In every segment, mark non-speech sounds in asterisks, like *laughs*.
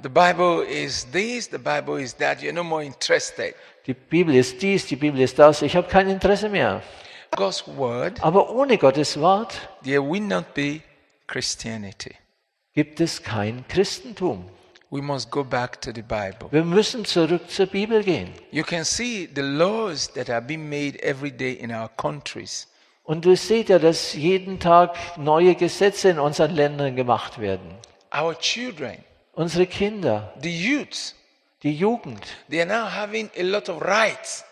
The Bible is this, the Bible is that. You're no more interested. Die Bibel ist dies, die Bibel ist das. Ich habe kein Interesse mehr. God's word, Aber ohne Gottes Wort there will not be Christianity. gibt es kein Christentum. We must go back to the Bible. Wir müssen zurück zur Bibel gehen. You can see the laws that are being made every day in our countries. Und du seht ja, dass jeden Tag neue Gesetze in unseren Ländern gemacht werden. Our children, Unsere Kinder, the youths, die Jugend, they are now having a lot of rights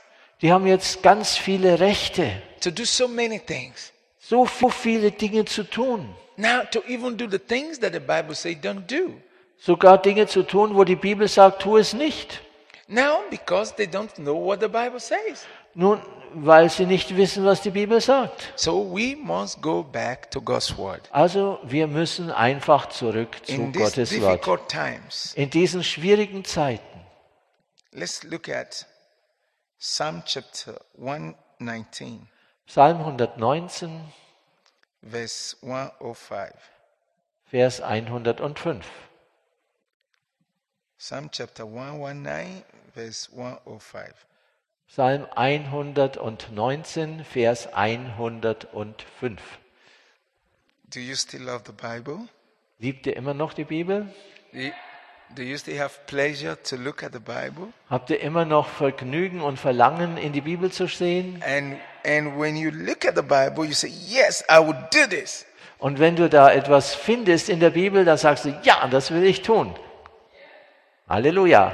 die haben jetzt ganz viele Rechte, to do so many things. so viel- viele Dinge zu tun. Now, to even do the things that the Bible says don't do. Sogar Dinge zu tun, wo die Bibel sagt, tu es nicht. Now, because they don't know what the Bible says. Nun, weil sie nicht wissen, was die Bibel sagt. So we must go back to God's Word. Also wir müssen einfach zurück zu In these Gottes Wort. difficult times, In diesen schwierigen Zeiten. let's look at Psalm chapter 119, Psalm 119, verse 105. Vers 105. Psalm chapter 119, verse 105. Psalm 119, Vers 105. Do you still love the Bible? Liebt ihr immer noch die Bibel? Do you- Do you still have pleasure to look at the Bible? Habt ihr immer noch Vergnügen und Verlangen, in die Bibel zu sehen? And and when you look at the Bible, you say, "Yes, I would do this." Und wenn du da etwas findest in der Bibel, dann sagst du, ja, das will ich tun. Halleluja.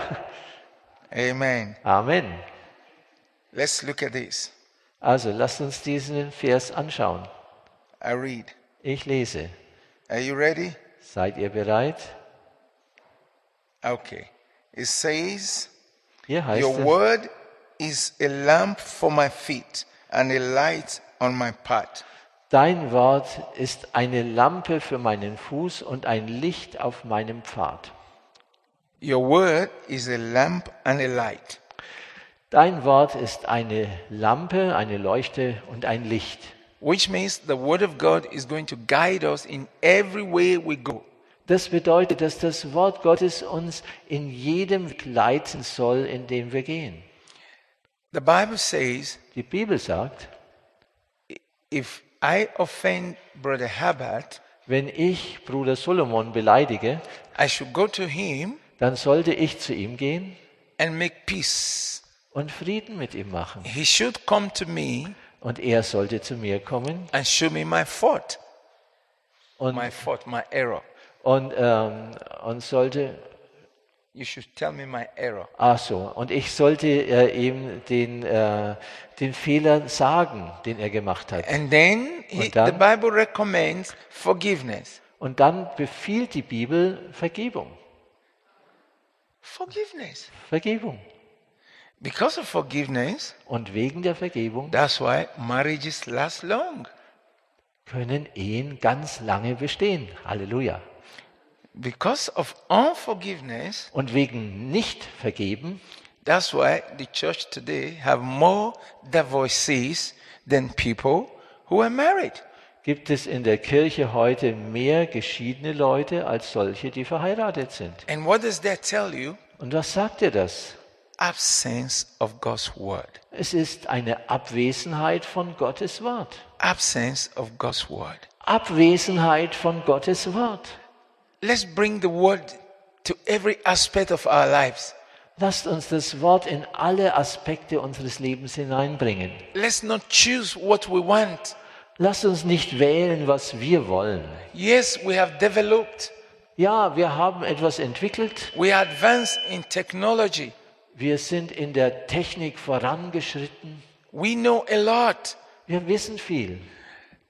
Amen. Amen. Let's look at this. Also lasst uns diesen Vers anschauen. I read. Ich lese. Are you ready? Seid ihr bereit? Okay. It says, Hier heißt Your es, word is a lamp for my feet and a light on my path. dein Wort ist eine Lampe für meinen Fuß und ein Licht auf meinem Pfad. Your word is a lamp and a light. Dein Wort ist eine Lampe, eine Leuchte und ein Licht. Which means the word of God is going to guide us in every way we go. Das bedeutet, dass das Wort Gottes uns in jedem Weg leiten soll, in dem wir gehen. The Bible says, Die Bibel sagt, if I offend Brother Habert, wenn ich Bruder Solomon beleidige, I should go to him dann sollte ich zu ihm gehen and make peace. und Frieden mit ihm machen. He should come to me Und er sollte zu mir kommen and show me my fault, und, my fault, my error. und, ähm, und sollte, You should tell me my error. ach so, und ich sollte äh, ihm den, äh, den Fehler sagen, den er gemacht hat. And then he, Und dann? the Bible recommends forgiveness. Und dann befiehlt die Bibel Vergebung. Forgiveness. Vergebung. Because of forgiveness, Und wegen der Vergebung that's why marriages last long. können Ehen ganz lange bestehen. Halleluja. Because of unforgiveness, Und wegen Nicht-Vergeben that's why the church today have more divorcees than people who are married. gibt es in der Kirche heute mehr geschiedene Leute als solche, die verheiratet sind. And what does that tell you? Und was sagt dir das? Absence of God's word. Es ist eine Abwesenheit von Gottes Wort. Absence of God's word. Abwesenheit von Gottes Wort. Let's bring the word to every aspect of our lives. Lasst uns das Wort in alle Aspekte unseres Lebens hineinbringen. Let's not choose what we want. Lasst uns nicht wählen, was wir wollen. Yes, we have developed. Ja, wir haben etwas entwickelt. We are advanced in technology. Wir sind in der Technik vorangeschritten. We know a lot. Wir wissen viel.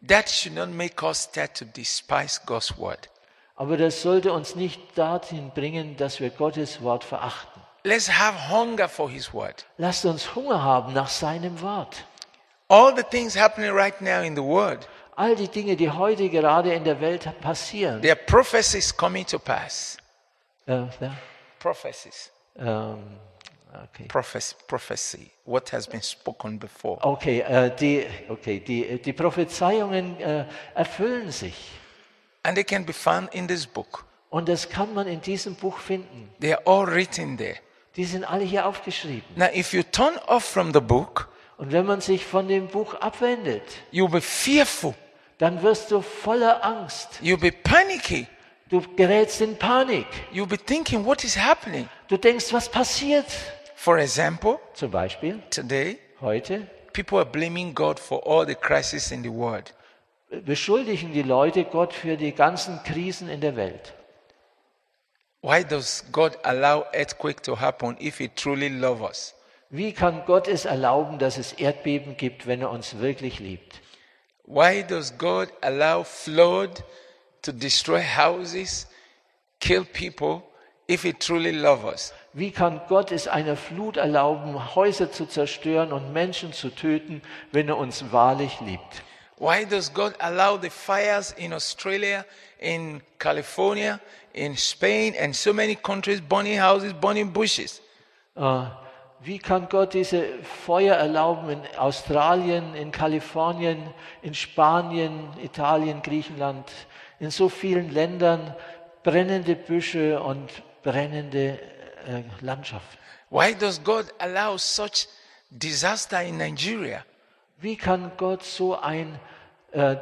That should not make us start to despise God's word. Aber das sollte uns nicht dorthin bringen, dass wir Gottes Wort verachten. Let's have hunger for His word. Lasst uns Hunger haben nach seinem Wort. All the things happening right now in the world, All die Dinge, die heute gerade in der Welt passieren. there are prophecies coming to pass. Äh, ja, Prophecies. ähm, okay, Prophecy. Prophecy. What has been spoken before. okay, äh, die, okay die, die Prophezeiungen äh, erfüllen sich. And they can be found in this book. Und das kann man in diesem Buch finden. They are all written there. Die sind alle hier aufgeschrieben. Now, if you turn off from the book, Und wenn man sich von dem Buch abwendet, you'll be fearful, dann wirst du voller Angst. you'll be panicky, Du gerätst in Panik. you'll be thinking, what is happening? Du denkst, was passiert? For example, Zum Beispiel today, heute people are blaming God for all the crises in the world. beschuldigen die Leute Gott für die ganzen Krisen in der Welt. Why does God allow earthquake to happen if He truly loves us? Wie kann Gott es erlauben, dass es Erdbeben gibt, wenn er uns wirklich liebt? Why does God allow flood to destroy houses, kill people, if He truly loves us? Wie kann Gott es einer Flut erlauben, Häuser zu zerstören und Menschen zu töten, wenn er uns wahrlich liebt? Why does God allow the fires in Australia, in California, in Spain, and so many countries burning houses, burning bushes? Äh, Wie kann Gott diese Feuer erlauben in Australien, in Kalifornien, in Spanien, Italien, Griechenland, in so vielen Ländern brennende Büsche und brennende äh, Landschaften? Why does God allow such disaster in Nigeria? Wie kann Gott so ein äh,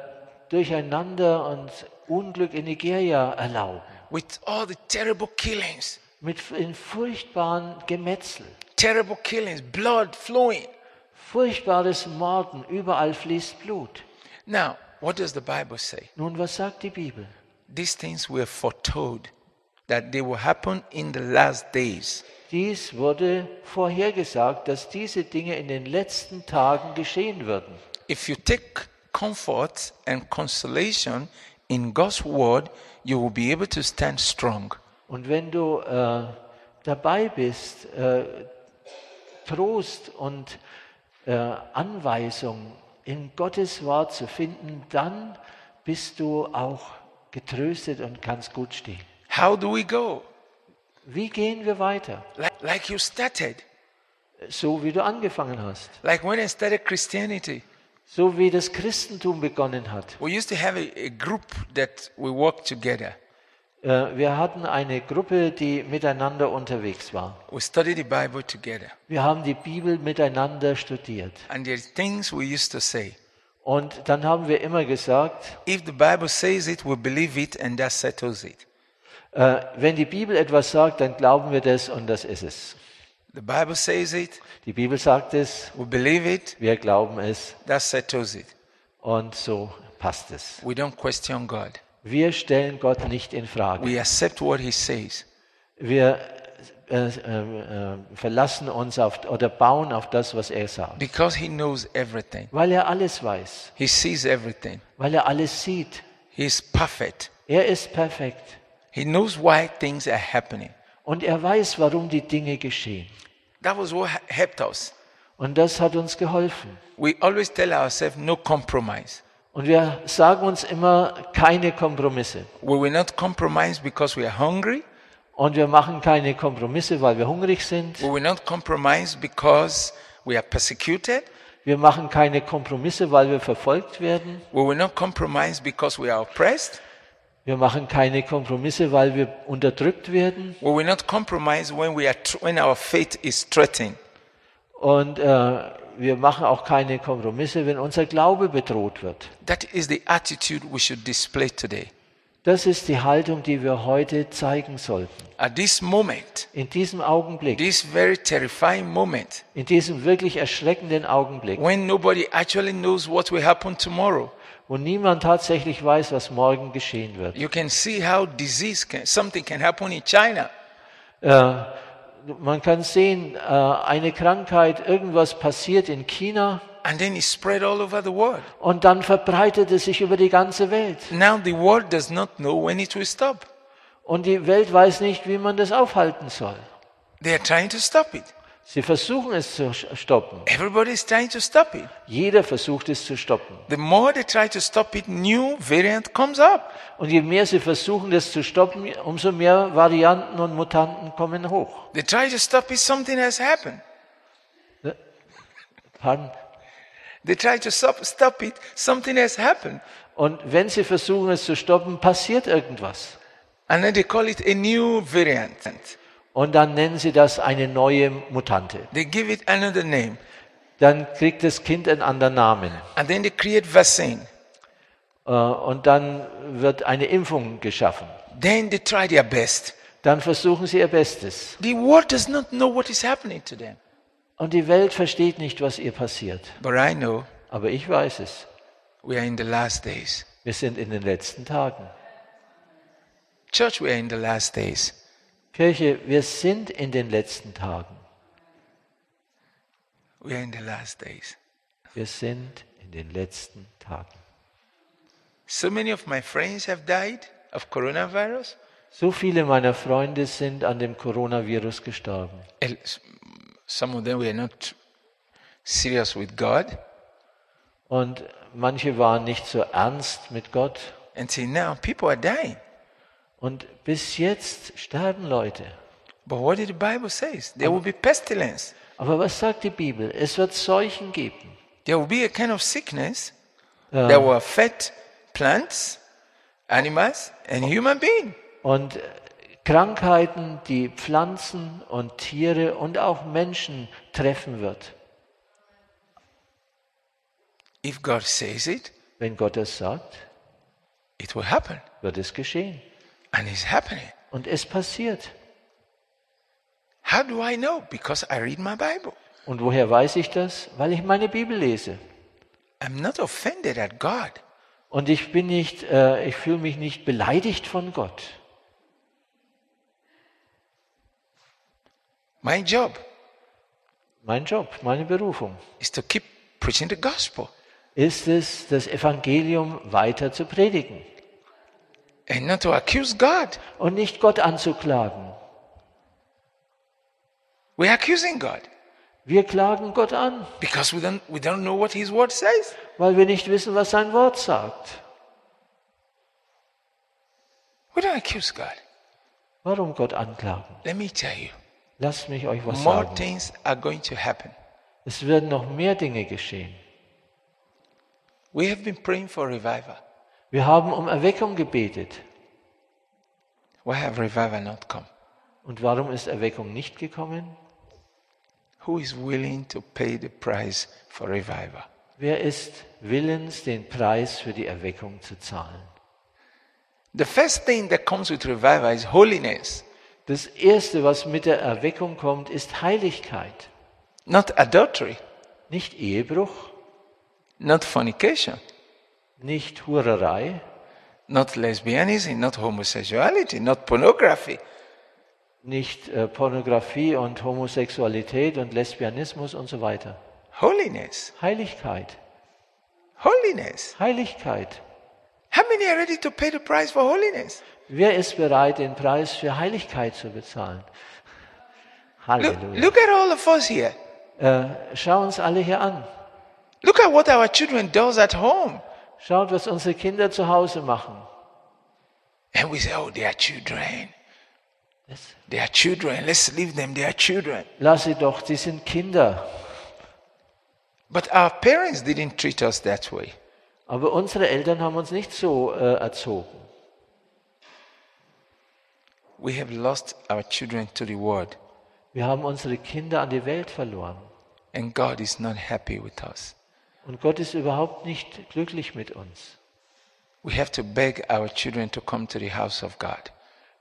Durcheinander und Unglück in Nigeria erlauben? with all the terrible killings, Mit f- in furchtbaren Gemetzel, terrible killings, blood flowing. furchtbares Morden, überall fließt Blut. Now, what does the Bible say? Nun, was sagt die Bibel? These things were foretold that they will happen in the last days. Dies wurde vorhergesagt, dass diese Dinge in den letzten Tagen geschehen würden. If you take comfort and consolation in God's word, you will be able to stand strong. Und wenn du äh, dabei bist, äh, Trost und äh, Anweisung in Gottes Wort zu finden, dann bist du auch getröstet und kannst gut stehen. How do we go? Wie gehen wir weiter? Like, like you started, So wie du angefangen hast, like when I started Christianity. so wie das Christentum begonnen hat. We used to have a, a group that we worked together. Äh, wir hatten eine Gruppe, die miteinander unterwegs war. We studied the Bible together. Wir haben die Bibel miteinander studiert. And there are things we used to say. Und dann haben wir immer gesagt, If the Bible says it, we believe it, and that settles it. äh, wenn die Bibel etwas sagt, dann glauben wir das und das ist es. The Bible says it, Die Bibel sagt es, we believe it, wir glauben es that settles it. und so passt es. We don't question God. Wir stellen Gott nicht in Frage. We accept what He says. Wir äh, äh, äh, verlassen uns auf oder bauen auf das, was er sagt. Because He knows everything, Weil er alles weiß, He sees everything, weil er alles sieht. He is perfect. Er ist perfekt He knows why things are happening. und er weiß, warum die Dinge geschehen. That was what ha- helped us. Und das hat uns geholfen. We always tell ourselves no compromise. Und wir sagen uns immer keine Kompromisse. We will not compromise because we are hungry. Und wir machen keine Kompromisse, weil wir hungrig sind. We will not compromise because we are persecuted. Wir machen keine Kompromisse, weil wir verfolgt werden. We will not compromise because we are oppressed. Wir machen keine Kompromisse, weil wir unterdrückt werden. We will not compromise when, we are tr- when our faith is threatened. Und äh, wir machen auch keine Kompromisse, wenn unser Glaube bedroht wird. That is the attitude we should display today. Das ist die Haltung, die wir heute zeigen sollten. At this moment, In diesem Augenblick, this very terrifying moment, in diesem wirklich erschreckenden Augenblick, when nobody actually knows what will happen tomorrow, wo niemand tatsächlich weiß, was morgen geschehen wird. you can see how disease can, something can happen in China. Äh, man kann sehen, äh, eine Krankheit, irgendwas passiert in China And then it spread all over the world. und dann verbreitet es sich über die ganze Welt. Now the world does not know when it will stop. Und die Welt weiß nicht, wie man das aufhalten soll. They are trying to stop it. Sie versuchen es zu sch- stoppen. Everybody is trying to stop it. Jeder versucht es zu stoppen. The more they try to stop it, new variant comes up. Und je mehr sie versuchen, das zu stoppen, umso mehr Varianten und Mutanten kommen hoch. They try to stop it, something has happened. Pardon. They try to stop, stop it, something has happened. Und wenn sie versuchen, es zu stoppen, passiert irgendwas. And then they call it a new variant. Und dann nennen sie das eine neue Mutante. They give it another name. Dann kriegt das Kind einen anderen Namen. And then they create vaccine. Äh, Und dann wird eine Impfung geschaffen. Then they try their best. Dann versuchen sie ihr Bestes. The world does not know what is happening to them. Und die Welt versteht nicht, was ihr passiert. But I know Aber ich weiß es. we are in the last days. Wir sind in den letzten Tagen. Church, we are in the last days. Kirche, wir sind in den letzten Tagen. We are in the last days. Wir sind in den letzten Tagen. So many of my friends have died of coronavirus. So viele meiner Freunde sind an dem Coronavirus gestorben. El- s- Some of them were not serious with God. Und manche waren nicht so ernst mit Gott. Until now, people are dying. Und bis jetzt sterben Leute. But what did the Bible say? There will be pestilence. Aber was sagt die Bibel? Es wird Seuchen geben. There will be a kind of sickness Ja. that will affect plants, animals, and human beings. Und äh, Krankheiten, die Pflanzen und Tiere und auch Menschen treffen wird. If God says it, Wenn Gott es sagt, it will happen. wird es geschehen. And it's happening. Und es passiert. How do I know? Because I read my Bible. Und woher weiß ich das? Weil ich meine Bibel lese. I'm not offended at God. Und ich bin nicht, äh, ich fühle mich nicht beleidigt von Gott. My job Mein Job, meine Berufung is to keep preaching the gospel ist es, das Evangelium weiter zu predigen and not to accuse God. und nicht Gott anzuklagen. We're accusing God Wir klagen Gott an, because we don't, we don't know what His word says. weil wir nicht wissen, was sein Wort sagt. We don't accuse God. Warum Gott anklagen? Let me tell you, Lasst mich euch was more sagen. things are going to happen. Es werden noch mehr Dinge geschehen. We have been praying for revival. Wir haben um Erweckung gebetet. Why have revival not come? Und warum ist Erweckung nicht gekommen? Who is willing to pay the price for revival? Wer ist willens, den Preis für die Erweckung zu zahlen? The first thing that comes with revival is holiness, Das Erste, was mit der Erweckung kommt, ist Heiligkeit. not adultery, Nicht Ehebruch, not fornication, nicht Hurerei, not lesbianism, not homosexuality, not pornography. nicht äh, Pornografie und Homosexualität und Lesbianismus und so weiter. Holiness, Heiligkeit, holiness. Heiligkeit. How many are ready to pay the price for holiness? Wer ist bereit, den Preis für Heiligkeit zu bezahlen? Look, Halleluja. look at all of us here. Äh, schau uns alle hier an. Look at what our children does at home. Schaut, was unsere Kinder zu Hause machen. And we say, oh, they are children. Das- They are children. Let's leave them. They are children. Lass sie doch, sie sind Kinder. But our parents didn't treat us that way. Aber unsere Eltern haben uns nicht so äh, erzogen. We have lost our children to the world, Wir haben unsere Kinder an die Welt verloren. and God is not happy with us. Und Gott ist überhaupt nicht glücklich mit uns. We have to beg our children to come to the house of God.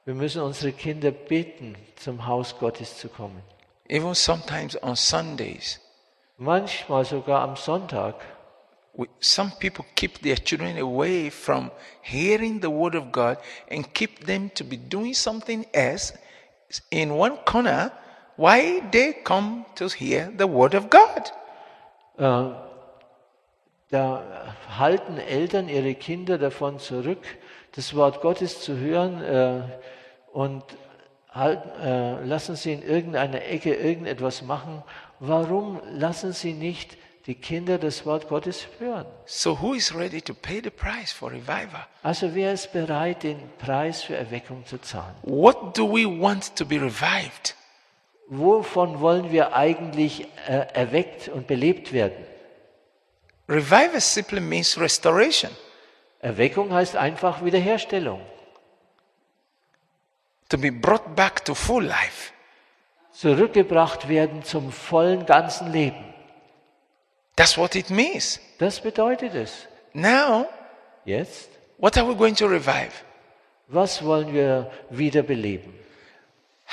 Wir müssen unsere Kinder bitten, zum Haus Gottes zu kommen. Even sometimes on Sundays, Manchmal sogar am Sonntag. we, some people keep their children away from hearing the word of God and keep them to be doing something else in one corner while they come to hear the word of God. Äh, da halten Eltern ihre Kinder davon zurück, das Wort Gottes zu hören äh, und halten, äh, lassen sie in irgendeiner Ecke irgendetwas machen. Warum lassen sie nicht die Kinder das Wort Gottes hören? So, who is ready to pay the price for revival? Also wer ist bereit, den Preis für Erweckung zu zahlen? What do we want to be revived? Wovon wollen wir eigentlich äh, erweckt und belebt werden? Revival simply means restoration. Erweckung heißt einfach Wiederherstellung. to be brought back to full life. zurückgebracht werden zum vollen ganzen Leben. That's what it means. Das bedeutet es. Now, Jetzt, what are we going to revive? was wollen wir wiederbeleben?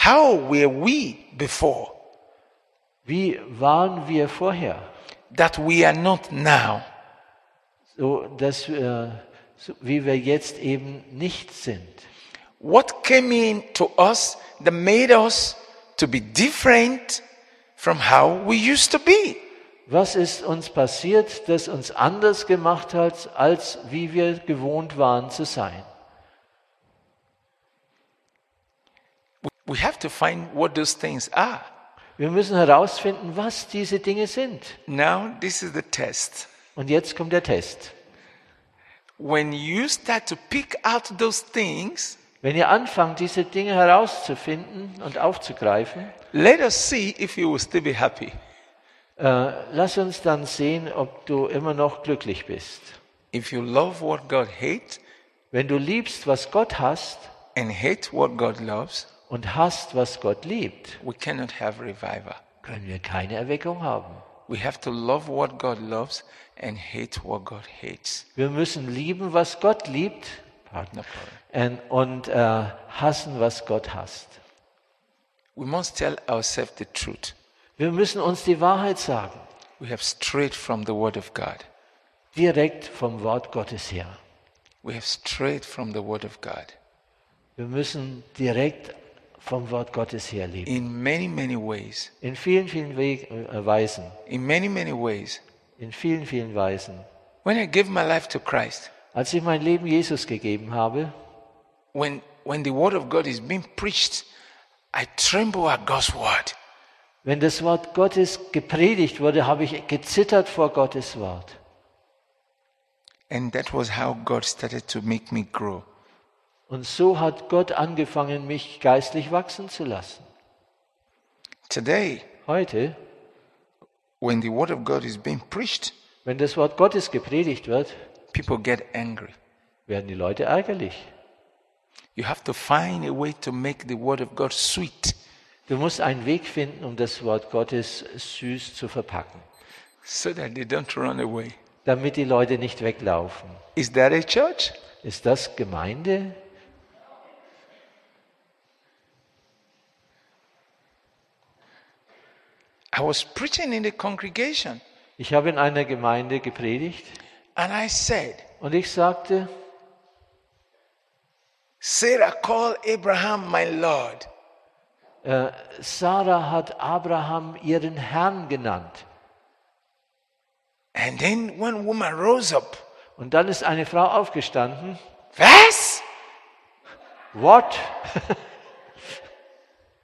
How were we before Wie waren wir vorher? that we are not now? So, dass wir, so, wie wir jetzt eben nicht sind. What came in to us that made us to be different from how we used to be? Was ist uns passiert, das uns anders gemacht hat, als wie wir gewohnt waren zu sein? We have to find what those things are. Wir müssen herausfinden, was diese Dinge sind. Now, this is the test. Und jetzt kommt der Test. When you start to pick out those things, Wenn ihr anfangt, diese Dinge herauszufinden und aufzugreifen, let us see if you will still be happy. Äh, lass uns dann sehen, ob du immer noch glücklich bist. If you love what God hates Wenn du liebst, was Gott hasst and hate what God loves, und hasst, was Gott liebt, we cannot have revival. können wir keine Erweckung haben. We have to love what God loves and hate what God hates. Wir müssen lieben, was Gott liebt No problem. äh, und äh, hassen, was Gott hasst. We must tell ourselves the truth. Wir müssen uns die Wahrheit sagen, We have strayed from the Word of God. direkt vom Wort Gottes her. We have strayed from the Word of God Wir müssen direkt vom Wort Gottes her leben. in many, many ways. In vielen, vielen Weg, äh, Weisen. In many, many ways. In vielen, vielen Weisen. When I gave my life to Christ, Als ich mein Leben Jesus gegeben habe, when, when the Word of God is being preached, I tremble at God's Word. Wenn das Wort Gottes gepredigt wurde, habe ich gezittert vor Gottes Wort. And that was how God started to make me grow. Und so hat Gott angefangen, mich geistlich wachsen zu lassen. Today, Heute, when the Word of God is being preached, wenn das Wort Gottes gepredigt wird, people get angry. werden die Leute ärgerlich. You have to find a way to make the Word of God sweet. Du musst einen Weg finden, um das Wort Gottes süß zu verpacken, so that they don't run away. damit die Leute nicht weglaufen. Is that a church? Ist das Gemeinde? I was preaching in the congregation Ich habe in einer Gemeinde gepredigt and I said, und ich sagte, Sarah called Abraham my Lord. äh, Sarah hat Abraham ihren Herrn genannt. And then one woman rose up. Und dann ist eine Frau aufgestanden. Verse? What?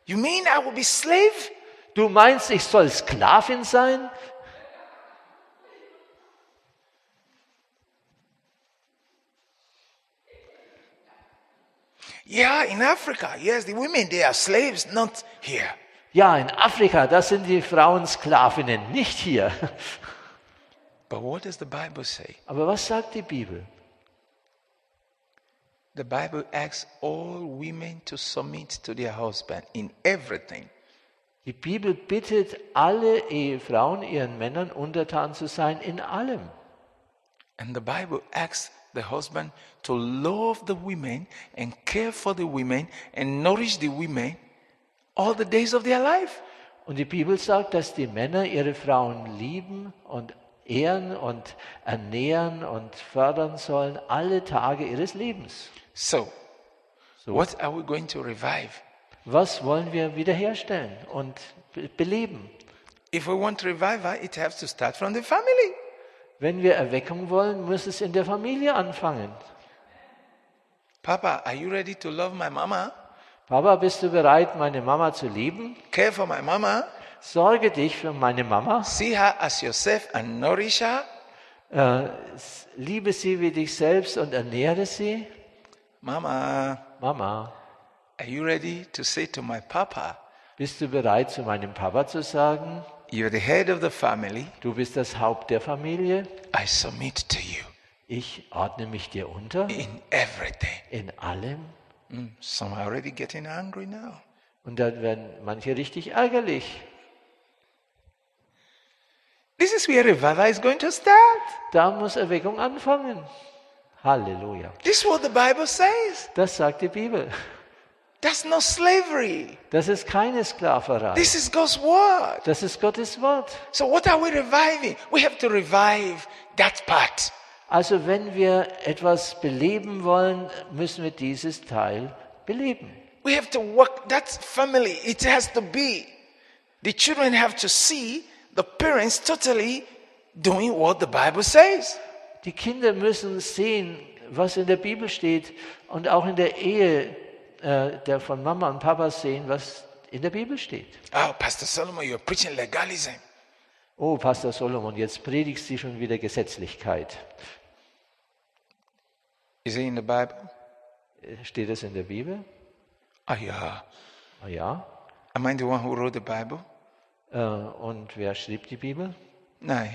You mean I will be slave? Du meinst, ich soll Sklavin sein? Yeah, in Africa. Yes, the women, they are slaves, not here. Ja, in Afrika, das sind die Frauen Sklavinnen, nicht hier. *laughs* But what does the Bible say? Aber was sagt die Bibel? The Bible asks all women to submit to their husband in everything. Die Bibel bittet alle Ehefrauen, ihren Männern untertan zu sein in allem. And the Bible asks the husband to love the women and care for the women and nourish the women all the days of their life. Und die Bibel sagt, dass die Männer ihre Frauen lieben und ehren und ernähren und fördern sollen alle Tage ihres Lebens. So, So. what are we going to revive? Was wollen wir wiederherstellen und be- beleben? If we want revival, it has to start from the family. Wenn wir Erweckung wollen, muss es in der Familie anfangen. Papa, are you ready to love my mama? Papa, bist du bereit, meine Mama zu lieben? Care for my mama? Sorge dich für meine Mama. See her as yourself and nourish her? Äh, s- liebe sie wie dich selbst und ernähre sie. Mama, Mama, are you ready to say to my papa, bist du bereit, zu meinem Papa zu sagen, You're the head of the family, du bist das Haupt der Familie, I submit to you ich ordne mich dir unter in everything? in allem? Some are already getting angry now. Und dann werden manche richtig ärgerlich. This is where revival is going to start. Da muss Erweckung anfangen. Halleluja. This is what the Bible says. Das sagt die Bibel. That's not slavery. Das ist keine Sklaverei. This is God's word. Das ist Gottes Wort. So what are we reviving? We have to revive that part. Also wenn wir etwas beleben wollen, müssen wir dieses Teil beleben. We have to work that family. It has to be. The children have to see the parents totally doing what the Bible says. Die Kinder müssen sehen, was in der Bibel steht und auch in der Ehe äh, der von Mama und Papa sehen, was in der Bibel steht. Oh, Pastor Solomon, you're preaching legalism. Oh, Pastor Solomon, jetzt predigst du schon wieder Gesetzlichkeit. Is it in the Bible? Äh, Steht das in der Bibel? Oh, yeah. Ah ja. Am I the one who wrote the Bible? Äh, und wer schrieb die Bibel? No.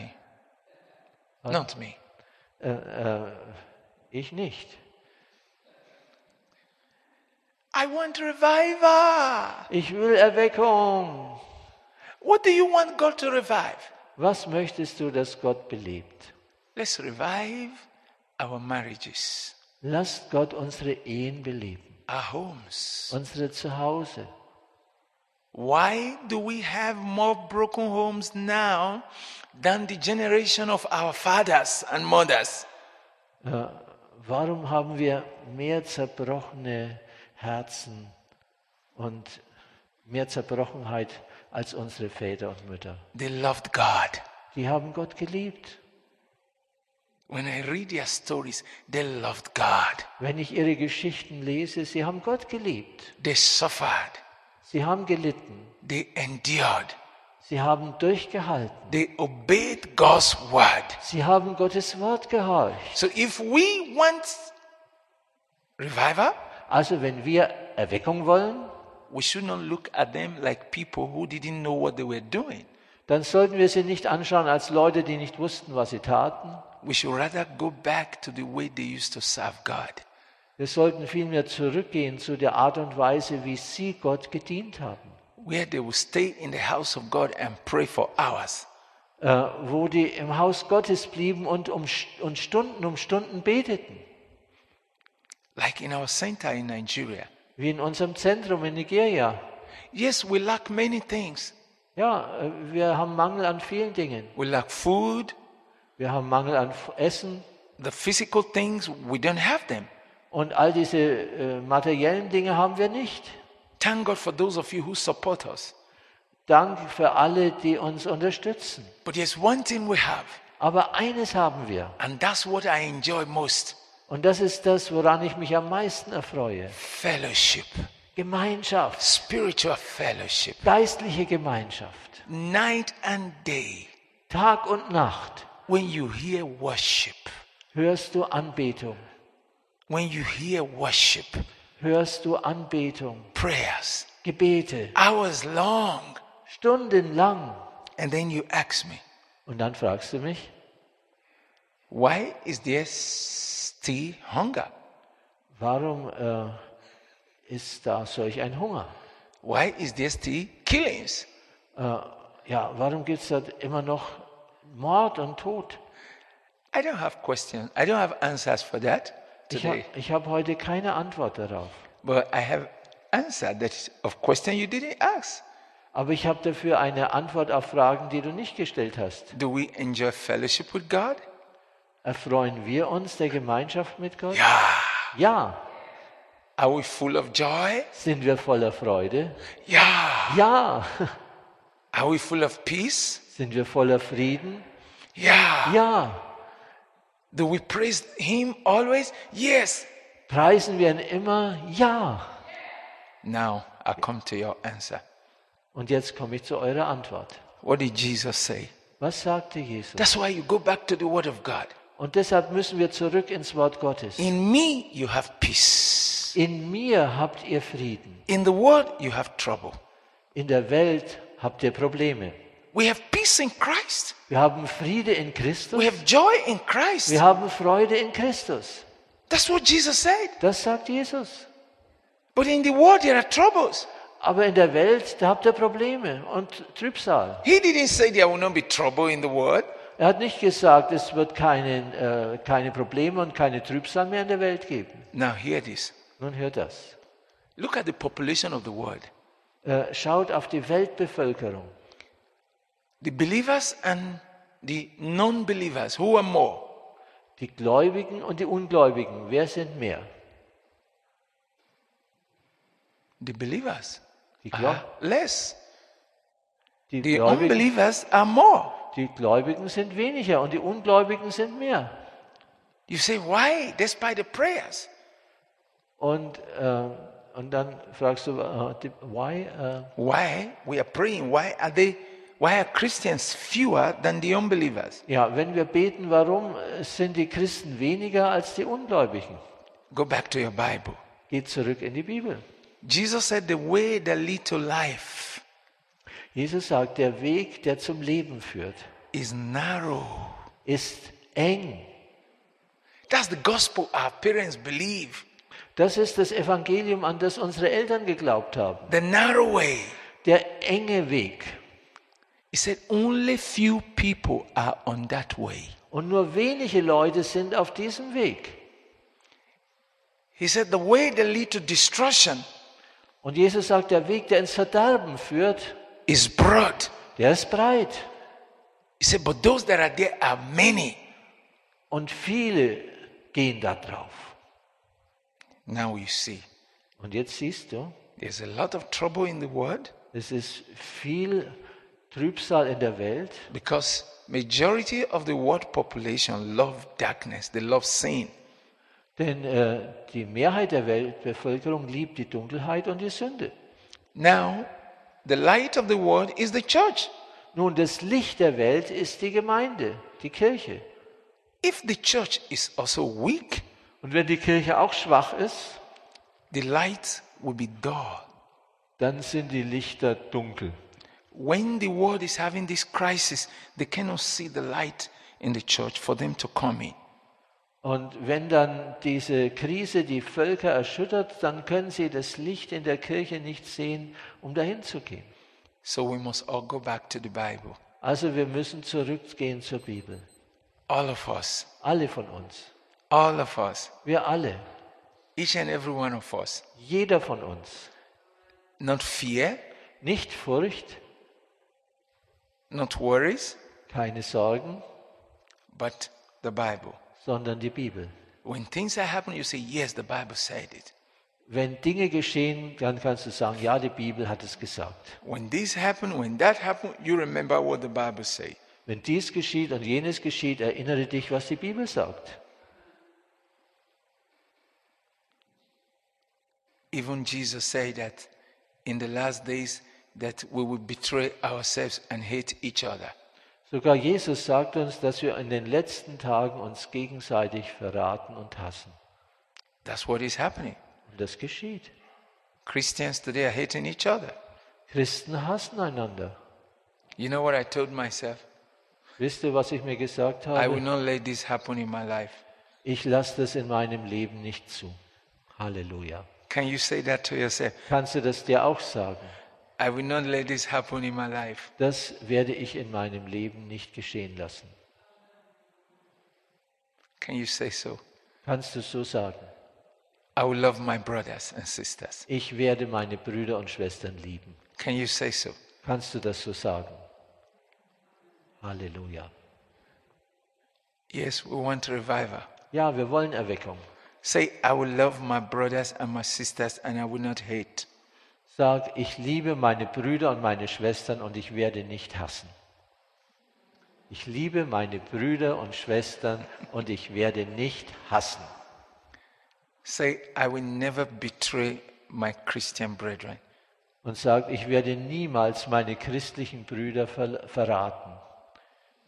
Not me. Äh, äh, ich nicht. I want revival. Ich will Erweckung. What do you want God to revive? Was möchtest du, dass Gott belebt? Let's revive our marriages, Lasst Gott unsere Ehen beleben, our homes. unsere Zuhause. Why do we have more broken homes now than the generation of our fathers and mothers? Warum haben wir mehr zerbrochene Herzen und mehr Zerbrochenheit als unsere Väter und Mütter? They loved God. Die haben Gott geliebt. When I read their stories, they loved God. Wenn ich ihre Geschichten lese, sie haben Gott geliebt. They suffered. Sie haben gelitten. They endured. Sie haben durchgehalten. They obeyed God's word. Sie haben Gottes Wort gehorcht. So if we want revival, Also wenn wir Erweckung wollen, we should not look at them like people who didn't know what they were doing. dann sollten wir sie nicht anschauen als Leute, die nicht wussten, was sie taten. We should rather go back to the way they used to serve God. Wir sollten vielmehr zurückgehen zu der Art und Weise, wie sie Gott gedient haben, where they will stay in the house of God and pray for hours. äh, wo die im Haus Gottes blieben und, um, St- und Stunden um Stunden beteten, Like in our center in Nigeria. wie in unserem Zentrum in Nigeria. Yes, we lack many things. Ja, äh, wir haben Mangel an vielen Dingen. We lack food, Wir haben Mangel an F- Essen the physical things, we don't have them. und all diese äh, materiellen Dinge haben wir nicht. Thank God for those of you who support us. Dank für alle, die uns unterstützen. But there's one thing we have, Aber eines haben wir. and that's what I enjoy most Und das ist das, woran ich mich am meisten erfreue. fellowship, Gemeinschaft, spiritual fellowship, geistliche Gemeinschaft. night and day. Tag und Nacht When you hear worship, hörst du Anbetung, when you hear worship, hörst du Anbetung, prayers, Gebete, hours long, stundenlang. and then you ask me, Und dann fragst du mich, Why is there still hunger? warum äh, ist da solch ein Hunger? Why is there still killings? Äh, ja, warum gibt es da immer noch Mord und Tod? I don't have questions. I don't have answers for that Ich, ha today. ich habe heute keine Antwort darauf. But I have answered that of question you didn't ask. Aber ich habe dafür eine Antwort auf Fragen, die du nicht gestellt hast. Do we enjoy fellowship with God? Erfreuen wir uns der Gemeinschaft mit Gott? Yeah. Ja. Are we full of joy? Sind wir voller Freude? Yeah. Ja. *laughs* Are we full of peace? Sind wir voller Frieden? Yeah. Ja. Do we praise Him always? Yes. Preisen wir ihn immer? Ja. Now I come to your answer. Und jetzt komme ich zu eurer Antwort. What did Jesus say? Was sagte Jesus? That's why you go back to the Word of God. Und deshalb müssen wir zurück ins Wort Gottes. In me you have peace. In mir habt ihr Frieden. In the world you have trouble. In der Welt habt ihr Probleme. We have peace in Christ. Wir haben Friede in We Christus. have joy in Christ. Wir haben Freude in Christus. That's what Jesus said. Das sagt Jesus. But in the world, there are troubles. Aber in der Welt, da habt ihr Probleme und Trübsal. He didn't say there will not be trouble in the world. Er hat nicht gesagt, es wird keine, äh, keine Probleme und keine Trübsal mehr in der Welt geben. Now, hear this. Nun hört das. Look at the population of the world. Äh, schaut auf die Weltbevölkerung. The believers and the non believers, who are more? Die Gläubigen und die Ungläubigen. Wer sind mehr? The believers Die, Gläu are less. die, The Gläubigen, unbelievers are more. die Gläubigen sind weniger und die Ungläubigen sind mehr. You say, why? Despite the prayers. Und, äh, und dann fragst du, äh, die- why? Äh, Why we are praying? Why are they? Why are Christians fewer than the unbelievers? ja, wenn wir beten, warum äh, sind die Christen weniger als die Ungläubigen? Go back to your Bible. Geht zurück in die Bibel. Jesus said, "The way that lead to life Jesus sagt, der Weg, der zum Leben führt, is narrow." ist eng. That's the gospel our parents believe. Das ist das Evangelium, an das unsere Eltern geglaubt haben. The narrow way. Der enge Weg. He said, "Only few people are on that way." Und nur wenige Leute sind auf diesem Weg. He said, "The way that lead to destruction Und Jesus sagt, der Weg, der ins Verderben führt, is broad." der ist breit. He said, "But those that are there are many." Und viele gehen da drauf. Now you see, Und jetzt siehst du, there's a lot of trouble in the world. es ist viel Trübsal in der Welt, Because majority of the world population love darkness, they love sin. denn äh, die Mehrheit der Weltbevölkerung liebt die Dunkelheit und die Sünde. Now, the light of the world is the church. Nun, das Licht der Welt ist die Gemeinde, die Kirche. If the church is also weak, Und wenn die Kirche auch schwach ist, the light will be dull. dann sind die Lichter dunkel. When the world is having this crisis, they cannot see the light in the church for them to come in. Und wenn dann diese Krise die Völker erschüttert, dann können sie das Licht in der Kirche nicht sehen, um dahin zu gehen. So we must all go back to the Bible. Also wir müssen zurückgehen zur Bibel. All of us, Alle von uns. all of us, Wir alle. each and every one of us. Jeder von uns. Not fear, Nicht Furcht, not worries, keine Sorgen, but the Bible. sondern die Bibel. When things are happening, you say, Yes, the Bible said it. Wenn Dinge geschehen, dann kannst du sagen, ja, die Bibel hat es gesagt. When this happened, when that happened, you remember what the Bible said. Wenn dies geschieht und jenes geschieht, erinnere dich, was die Bibel sagt. Even Jesus said that in the last days that we will betray ourselves and hate each other. Sogar Jesus sagt uns, dass wir in den letzten Tagen uns gegenseitig verraten und hassen. That's what is happening. Und das geschieht. Christians today are hating each other. Christen hassen einander. You know what I told myself? Wisst ihr, was ich mir gesagt I will habe? not let this happen in my life. Ich lasse das in meinem Leben nicht zu. Halleluja. Can you say that to yourself? Kannst du das dir auch sagen? I will not let this happen in my life. Das werde ich in meinem Leben nicht geschehen lassen. Can you say so? Kannst du so sagen? I will love my brothers and sisters. Ich werde meine Brüder und Schwestern lieben. Can you say so? Kannst du das so sagen? Halleluja. Yes, we want revival. Ja, wir wollen Erweckung. Say, I will love my brothers and my sisters and I will not hate. Sag, ich liebe meine Brüder und meine Schwestern und ich werde nicht hassen. Ich liebe meine Brüder und Schwestern und ich werde nicht hassen. Say, I will never betray my Christian brethren. Und sag, ich werde niemals meine christlichen Brüder ver verraten.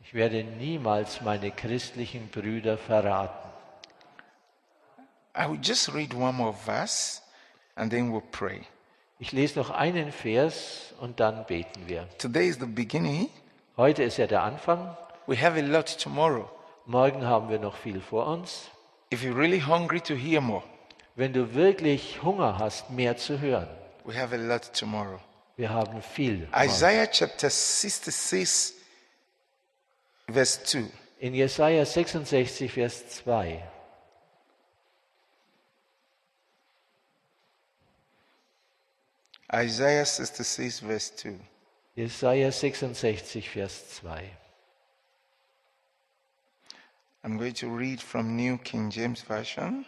Ich werde niemals meine christlichen Brüder verraten. I will just read one more verse and then we'll pray. Ich lese noch einen Vers und dann beten wir. Today is the beginning. Heute ist ja der Anfang. We have a lot tomorrow. Morgen haben wir noch viel vor uns. If you're really hungry to hear more, wenn du wirklich Hunger hast, mehr zu hören. We have a lot tomorrow. Wir haben viel. Isaiah chapter 66, verse 2. In Jesaja 66, Vers 2. Isaiah 66, verse 2. Jesaja 66, Vers 2. I'm going to read from New King James Version.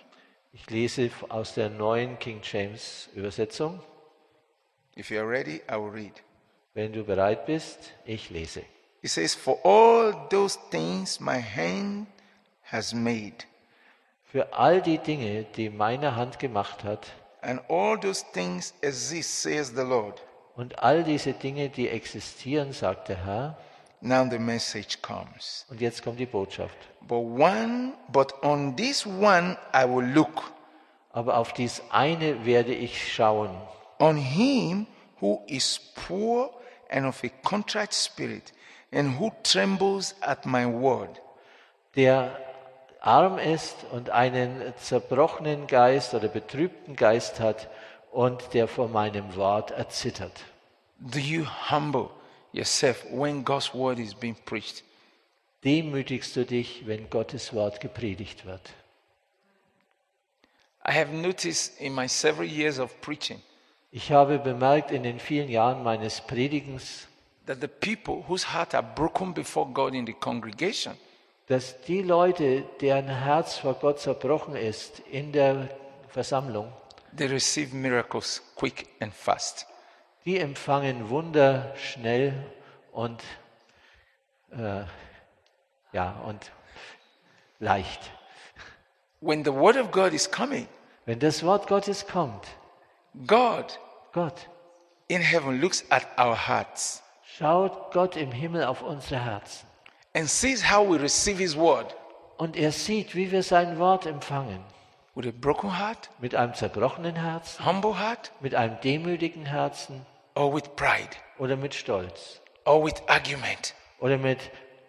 Ich lese aus der neuen King James Übersetzung. If you are ready, I will read. Wenn du bereit bist, ich lese. It says, For all those things my hand has made, Für all die Dinge, die meine Hand gemacht hat, and all those things exist, says the Lord. und all diese Dinge, die existieren, sagt der Herr, Now the message comes. und jetzt kommt die Botschaft. But one, but on this one I will look, Aber auf dies eine werde ich schauen, on him who is poor and of a contrite spirit, and who trembles at my word. der arm ist und einen zerbrochenen Geist oder betrübten Geist hat und der vor meinem Wort erzittert. Do you humble yourself when God's word is being preached? Demütigst du dich, wenn Gottes Wort gepredigt wird. I have noticed in my several years of preaching Ich habe bemerkt in den vielen Jahren meines Predigens, that the people whose hearts are broken before God in the congregation, dass die Leute, deren Herz vor Gott zerbrochen ist in der Versammlung, they receive miracles quick and fast. die empfangen Wunder schnell und, äh, ja, und leicht. When the word of God is coming, Wenn das Wort Gottes kommt, God Gott, in heaven looks at our hearts schaut Gott im Himmel auf unsere Herzen and sees how we receive his word und er sieht, wie wir sein Wort empfangen. with a broken heart, Mit einem zerbrochenen Herzen, humble heart, mit einem demütigen Herzen or with pride, oder mit Stolz or with argument, oder mit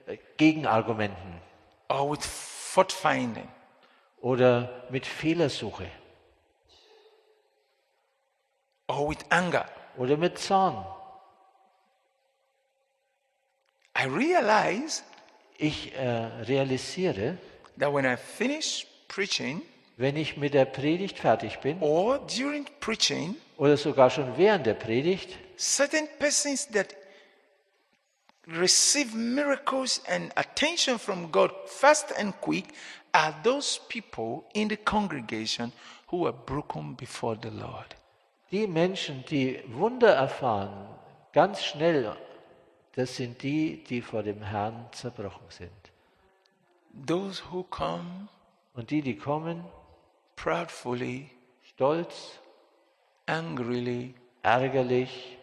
äh, Gegenargumenten or with fault finding. oder mit Fehlersuche or with anger. oder mit Zorn. I realize Ich äh, realisiere, that when I finish preaching wenn ich mit der Predigt fertig bin or during preaching, oder sogar schon während der Predigt, certain persons that receive miracles and attention from God fast and quick are those people in the congregation who are broken before the Lord. die Menschen, die Wunder erfahren, ganz schnell, das sind die, die vor dem Herrn zerbrochen sind. Those who come Und die, die kommen, proudly, stolz, angrily, ärgerlich,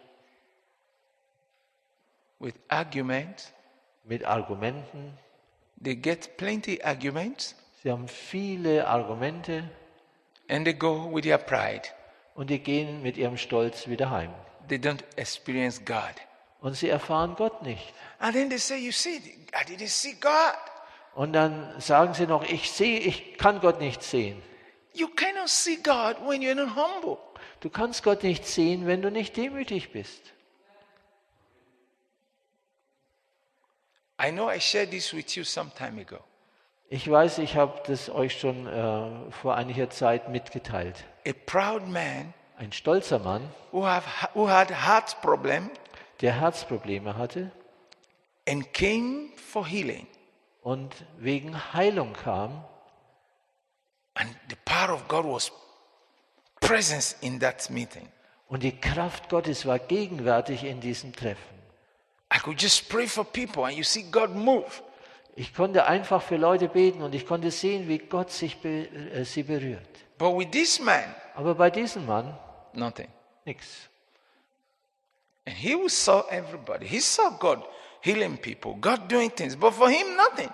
with argument, mit Argumenten, they get plenty arguments sie haben viele Argumente and they go with their pride. und die gehen mit ihrem Stolz wieder heim. they don't experience God. Und sie erfahren Gott nicht. And then they say, You see, I didn't see God. Und dann sagen sie noch, ich sehe, ich kann Gott nicht sehen. You cannot see God when you're not humble. Du kannst Gott nicht sehen, wenn du nicht demütig bist. I know I shared this with you some time ago. Ich weiß, ich habe das euch schon äh, vor einiger Zeit mitgeteilt. A proud man Ein stolzer Mann, who, have, who had heart problem der Herzprobleme hatte and came for healing. und wegen Heilung kam And the power of God was presence in that meeting. und die Kraft Gottes war gegenwärtig in diesem Treffen. I could just pray for people and you see God move. Ich konnte einfach für Leute beten und ich konnte sehen, wie Gott sich be äh, sie berührt. But with this man, Aber bei diesem Mann nothing. nichts. And he was- saw everybody. He saw God healing people, God doing things. But for him, nothing.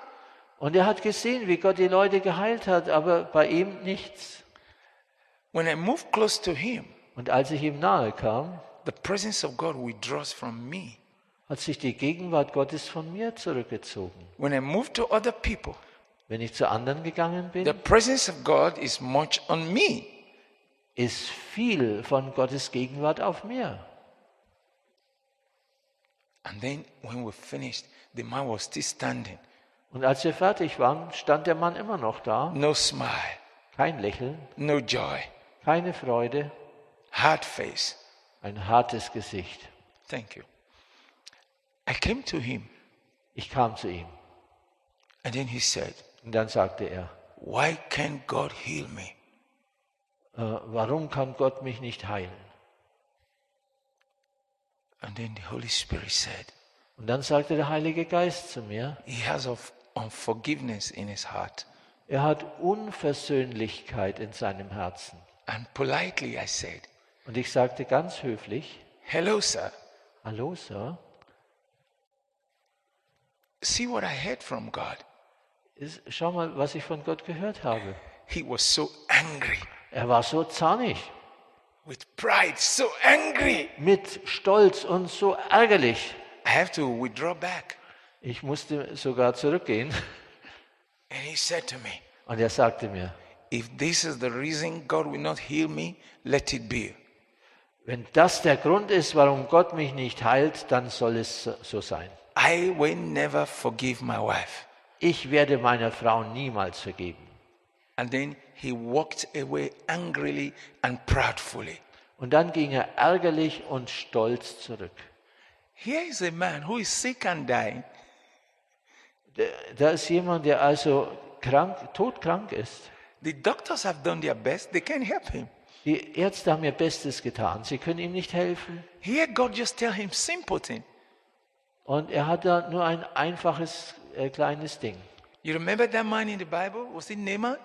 Und er hat gesehen, wie Gott die Leute geheilt hat, aber bei ihm nichts. When I move close to Him, Und als ich ihm nahe kam, the presence of God withdraws from me. hat sich die Gegenwart Gottes von mir zurückgezogen. When I move to other people, Wenn ich zu anderen gegangen the bin, presence of God is much on me. ist viel von Gottes Gegenwart auf mir. And then when we finished, the man was still standing. Und als wir fertig waren, stand der Mann immer noch da. No smile, Kein Lächeln, no joy, keine Freude, hard face. ein hartes Gesicht. Thank you. I came to him Ich kam zu ihm and then he said, und dann sagte er, Why can't God heal me? äh, warum kann Gott mich nicht heilen? And then the Holy Spirit said, Und dann sagte der Heilige Geist zu mir, He has of unforgiveness in his heart. er hat Unversöhnlichkeit in seinem Herzen. And politely I said, Und ich sagte ganz höflich, Hello, sir. hallo Sir, See what I heard from God. Ist- schau mal, was ich von Gott gehört habe. He was so angry, Er war so zornig, with pride, so angry. mit Stolz und so ärgerlich. I have to withdraw back. Ich musste sogar zurückgehen. And he said to me, Und er sagte mir, If this is the reason God will not heal me, let it be. wenn das der Grund ist, warum Gott mich nicht heilt, dann soll es so- so sein. I will never forgive my wife. Ich werde meiner Frau niemals vergeben. And then he walked away angrily and proudfully. Und dann ging er ärgerlich und stolz zurück. Here is a man who is sick and dying, Da- Da ist jemand, der also krank, todkrank ist. The doctors have done their best, they can't help him. Die Ärzte haben ihr Bestes getan. Sie können ihm nicht helfen. Here, God just tell him simple thing. Und er hat da nur ein einfaches äh, kleines Ding. You remember that man in the Bible? Was it Naaman?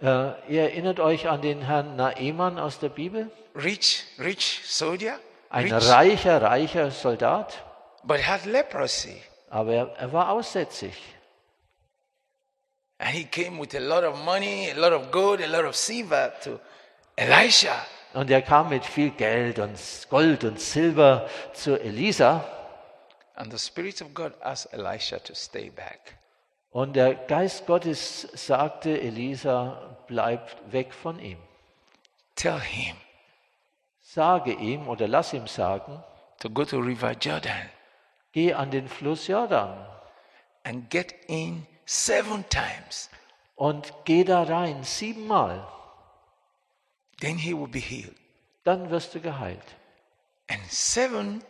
Äh, ihr erinnert euch an den Herrn Naeman aus der Bibel? Rich, rich soldier, Ein rich, reicher, reicher Soldat. but had leprosy. Aber er, er war aussätzig. And he came with a lot of money, a lot of gold, a lot of silver to Elisha. Und er kam mit viel Geld und Gold und Silber zu Elisa. And the Spirit of God asked Elisha to stay back. Und der Geist Gottes sagte Elisa, bleib weg von ihm. Tell him Sage ihm oder lass ihm sagen, to go to River Jordan geh an den Fluss Jordan and get in seven times. und geh da rein siebenmal. Then he will be healed. Dann wirst du geheilt. And seven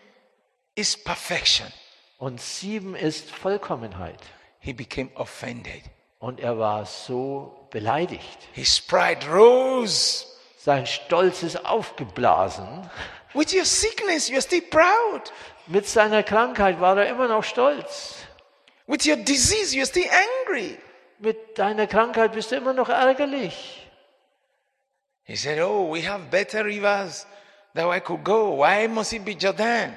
is perfection. Und sieben ist Vollkommenheit. He became offended. Und er war so beleidigt. His pride rose. Sein Stolz ist aufgeblasen. With your sickness, you're still proud. Mit seiner Krankheit war er immer noch stolz. With your disease, you're still angry. Mit deiner Krankheit bist du immer noch ärgerlich. He said, Oh, we have better rivers that I could go. Why must it be Jordan?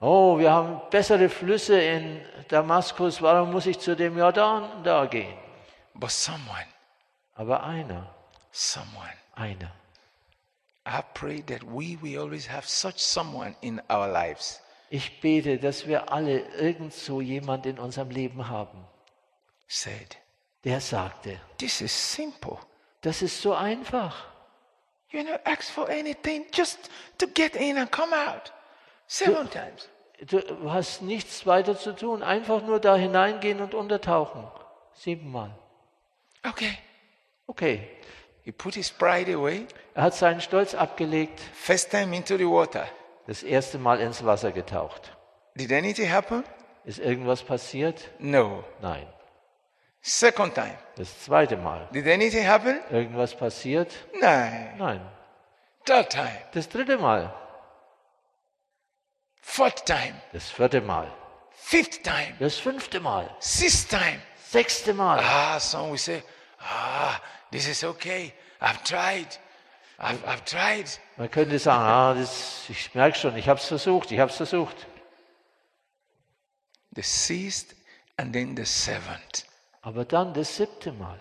Oh, wir haben bessere Flüsse in Damaskus. Warum muss ich zu dem Jordan da gehen? But someone, Aber einer, someone, einer. I pray that we will always have such someone in our lives. Ich bete, dass wir alle irgend so jemand in unserem Leben haben, Said, der sagte, This is simple. das ist so einfach. You know, ask for anything just to get in and come out. Seven times. Du hast nichts weiter zu tun, einfach nur da hineingehen und untertauchen. Siebenmal. Okay. Okay. He put his pride away, Er hat seinen Stolz abgelegt, first time into the water. das erste Mal ins Wasser getaucht. Did anything happen? Ist irgendwas passiert? No. Nein. Second time. Das zweite Mal. Did anything happen? Irgendwas passiert? No. Nein. Third time. Das dritte Mal. Fourth time. Das vierte Mal. Fifth time. Das fünfte Mal. Sixth time. Sechste Mal. Ah, some will say, ah, this is okay. I've tried. I've, I've tried. Man könnte sagen, ah, das, ich merke schon, ich habe es versucht, ich habe es versucht. The sixth and then the seventh. Aber dann das siebte Mal.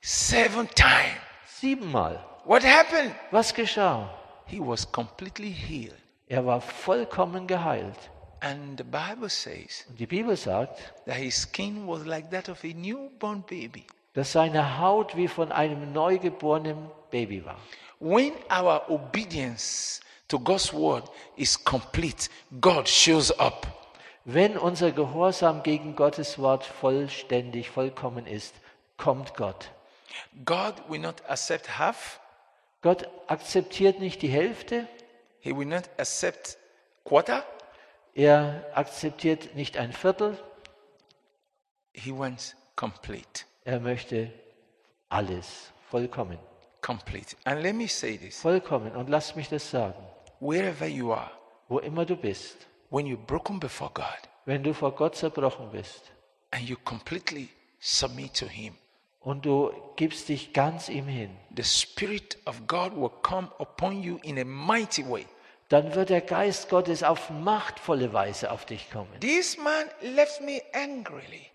Seventh time. Siebenmal. What happened? Was geschah? He was completely healed. Er war vollkommen geheilt. And the Bible says Und die Bibel sagt, that his skin was like that of a newborn baby. dass seine Haut wie von einem neugeborenen Baby war. When our obedience to God's word is complete, God shows up. Wenn unser Gehorsam gegen Gottes Wort vollständig, vollkommen ist, kommt Gott. God will not accept half, Gott akzeptiert nicht die Hälfte, He will not accept quarter. er akzeptiert nicht ein Viertel, He wants complete. er möchte alles, vollkommen. Complete. And let me say this Vollkommen. Und lass mich das sagen. wherever you are, Wo immer du bist, when you're broken before God wenn du vor Gott zerbrochen bist and you completely submit to Him, und du gibst dich ganz ihm hin, the Spirit of God will come upon you in a mighty way. dann wird der Geist Gottes auf machtvolle Weise auf dich kommen. This man left me angrily,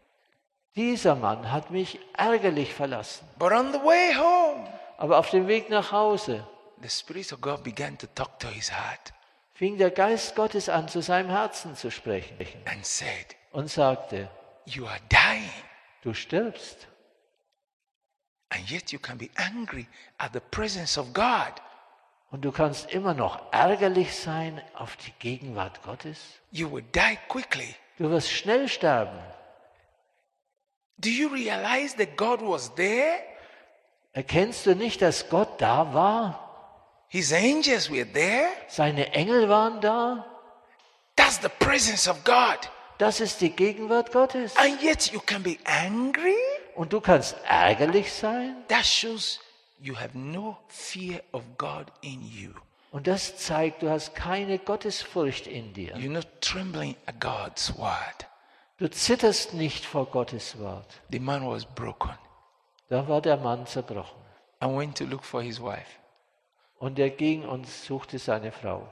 Dieser Mann hat mich ärgerlich verlassen. but on the way home, Aber auf dem Weg nach Hause the Spirit of God began to talk to his heart fing der Geist Gottes an, zu seinem Herzen zu sprechen and said, und sagte, You are dying, du stirbst and yet you can be angry at the presence of God. und du kannst immer noch ärgerlich sein auf die Gegenwart Gottes. You will die quickly. Du wirst schnell sterben. Do you realize that God was there? Erkennst du nicht, dass Gott da war? His angels were there? Seine Engel waren da? That's the presence of God. Das ist die Gegenwart Gottes. And yet you can be angry? Und du kannst ärgerlich sein? That shows you have no fear of God in you. Und das zeigt, du hast keine Gottesfurcht in dir. You're not trembling at God's word. Du zitterst nicht vor Gottes Wort. The man was broken Da war der Mann zerbrochen. and went to look for his wife. Und er ging und suchte seine Frau.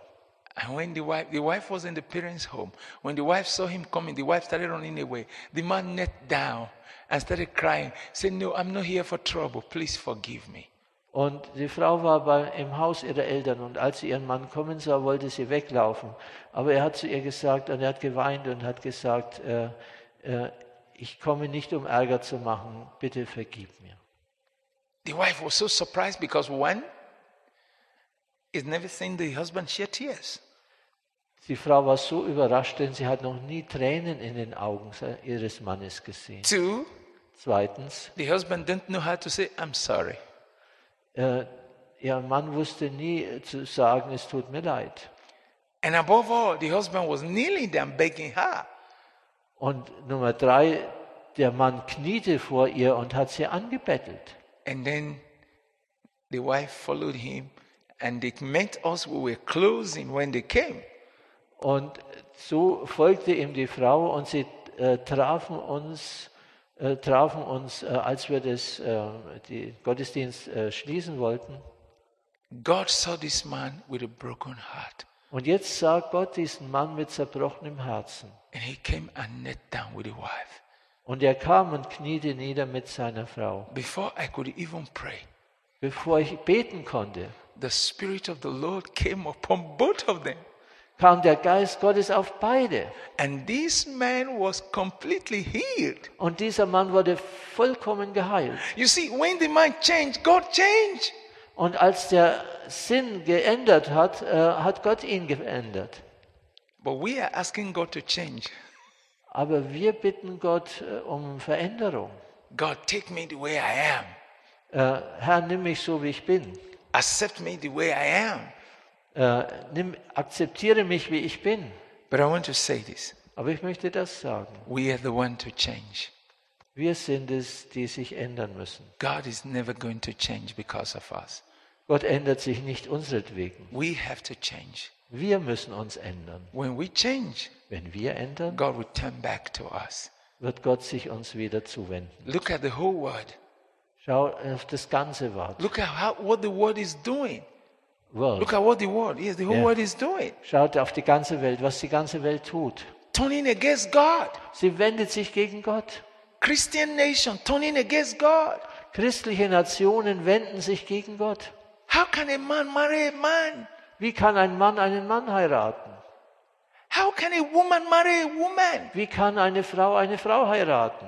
And when the wife, the wife was in the parents' home. When the wife saw him coming, the wife started running away. The man knelt down and started crying, saying, No, I'm not here for trouble. Please forgive me. Und die Frau war bei, im Haus ihrer Eltern und als sie ihren Mann kommen sah, wollte sie weglaufen. Aber er hat zu ihr gesagt und er hat geweint und hat gesagt, äh, äh, ich komme nicht, um Ärger zu machen, bitte vergib mir. The wife was so surprised because one is never seen the husband shed tears. Die Frau war so überrascht, denn sie hat noch nie Tränen in den Augen se- ihres Mannes gesehen. Two, Zweitens, the husband didn't know how to say, I'm sorry. äh, ihr Mann wusste nie äh, zu sagen, es tut mir leid. And above all, the husband was kneeling down begging her. Und Nummer drei, der Mann kniete vor ihr und hat sie angebettelt. And then the wife followed him, and they met us. We were closing when they came. Und so folgte ihm die Frau und sie äh, trafen uns, äh, trafen uns äh, als wir das, äh, den Gottesdienst äh, schließen wollten. God saw this man with a broken heart, Und jetzt sah Gott diesen Mann mit zerbrochenem Herzen. and he came and knelt down with the wife. Und er kam und kniete nieder mit seiner Frau. Before I could even pray, Bevor ich beten konnte, the Spirit of the Lord came upon both of them. kam der Geist Gottes auf beide. And this man was completely healed. Und dieser Mann wurde vollkommen geheilt. You see, when the man changed, God changed. Und als der Sinn geändert hat, äh, hat Gott ihn geändert. But we are asking God to change. Aber wir bitten Gott äh, um Veränderung. God, take me the way I am. Äh, Herr, nimm mich so, wie ich bin. Accept me the way I am. Äh, nimm, akzeptiere mich, wie ich bin. But I want to say this Aber ich möchte das sagen. we are the one to change. Wir sind es, die sich ändern müssen. God is never going to change because of us. Gott ändert sich nicht unseretwegen. We have to change. Wir müssen uns ändern. When we change, Wenn wir ändern, God will turn back to us. wird Gott sich uns wieder zuwenden. Look at the whole word. Schau auf das ganze Wort. Look at how, what the word is doing. Look Word. at what the word, yes, the whole Yeah. word is doing. Schaut auf die ganze Welt, was die ganze Welt tut. Turning against God. Sie wendet sich gegen Gott. Christian nation turning against God. Christliche Nationen wenden sich gegen Gott. How can a man marry a man? Wie kann ein Mann einen Mann heiraten? How can a woman marry a woman? Wie kann eine Frau eine Frau heiraten?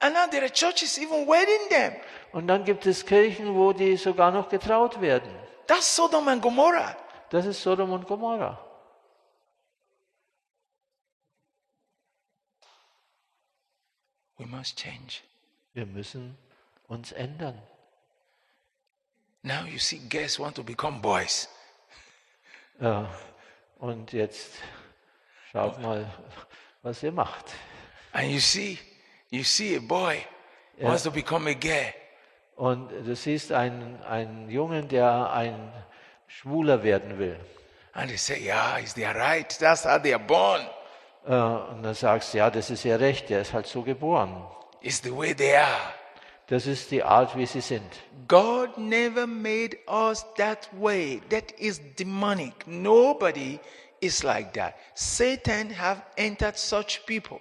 And now there are churches even wedding them. Und dann gibt es Kirchen, wo die sogar noch getraut werden. That's Sodom and Gomorrah. Das ist Sodom und Gomorra. We must change. Wir müssen uns ändern. Now you see, girls want to become boys. Ja. Und jetzt schaut mal, was ihr macht. And you see, you see a boy wants to become a girl. Und du siehst einen, einen Jungen, der ein Schwuler werden will. And they say, yeah, it's their right. That's how they are born. Äh, Und dann sagst du, ja, das ist ja recht, der ist halt so geboren. It's the way they are. Das ist die Art, wie sie sind. God never made us that way. That is demonic. Nobody is like that. Satan have entered such people.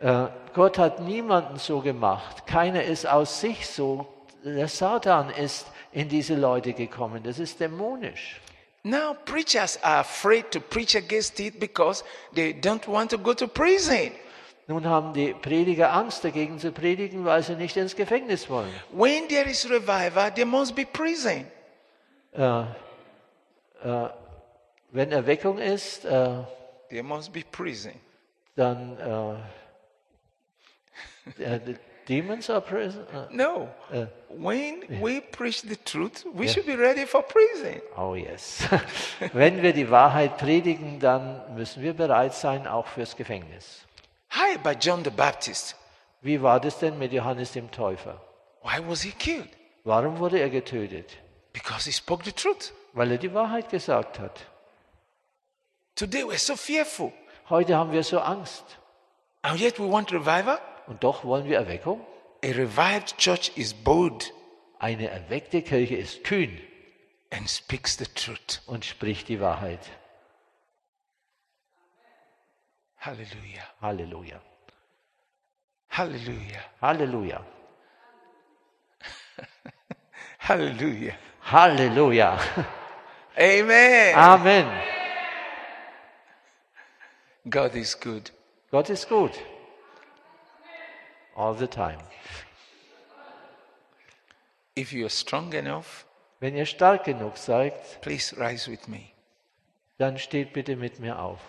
Äh, Gott hat niemanden so gemacht. Keiner ist aus sich so. Der Satan ist in diese Leute gekommen. Das ist dämonisch. Now preachers are afraid to preach against it because they don't want to go to prison. Nun haben die Prediger Angst dagegen zu predigen, weil sie nicht ins Gefängnis wollen. When there is revival, there must be prison. Wenn Erweckung ist, äh, There must be prison. dann äh, *laughs* äh, the Demons are prison. äh, No. when we preach the truth, we should be ready for prison. Oh yes. *laughs* Wenn wir die Wahrheit predigen, dann müssen wir bereit sein, auch fürs Gefängnis. How about John the Baptist? Wie war das denn mit Johannes dem Täufer? Why was he killed? Warum wurde er getötet? Because he spoke the truth. Weil er die Wahrheit gesagt hat. Today we're so fearful. Heute haben wir so Angst. And yet we want revival? Und doch wollen wir Erweckung? A revived church is bold Eine erweckte Kirche ist kühn and speaks the truth. und spricht die Wahrheit. Hallelujah. Halleluja. Hallelujah. Halleluja. Hallelujah. Halleluja. *laughs* Amen. Amen. God is good. Gott ist gut. All the time. If you are strong enough, Wenn ihr stark genug seid, please rise with me. dann steht bitte mit mir auf.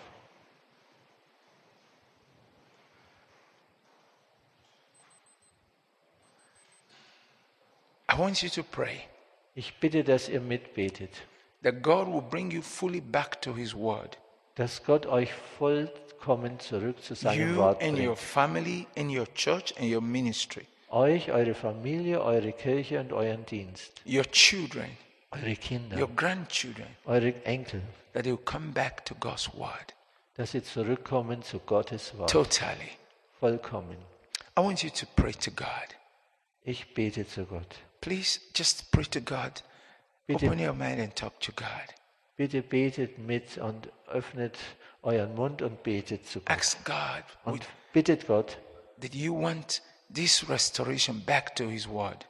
I want you to pray Ich bitte, dass ihr mitbetet, that God will bring you fully back to His Word. dass Gott euch vollkommen zurück zu seinem You Wort and your bringt. family and your church and your ministry, Euch, eure Familie, eure Kirche und euren Dienst. your children, Eure Kinder, your grandchildren, eure Enkel, that they will come back to God's Word dass sie zurückkommen zu Gottes Wort. totally. Vollkommen. I want you to pray to God. Ich bete zu Gott. Please just pray to God. Bitte. Open your mind and talk to God. Bitte betet mit und öffnet euren Mund und betet zu Gott. Ask God Und bittet Gott that you want this restoration back to His Word.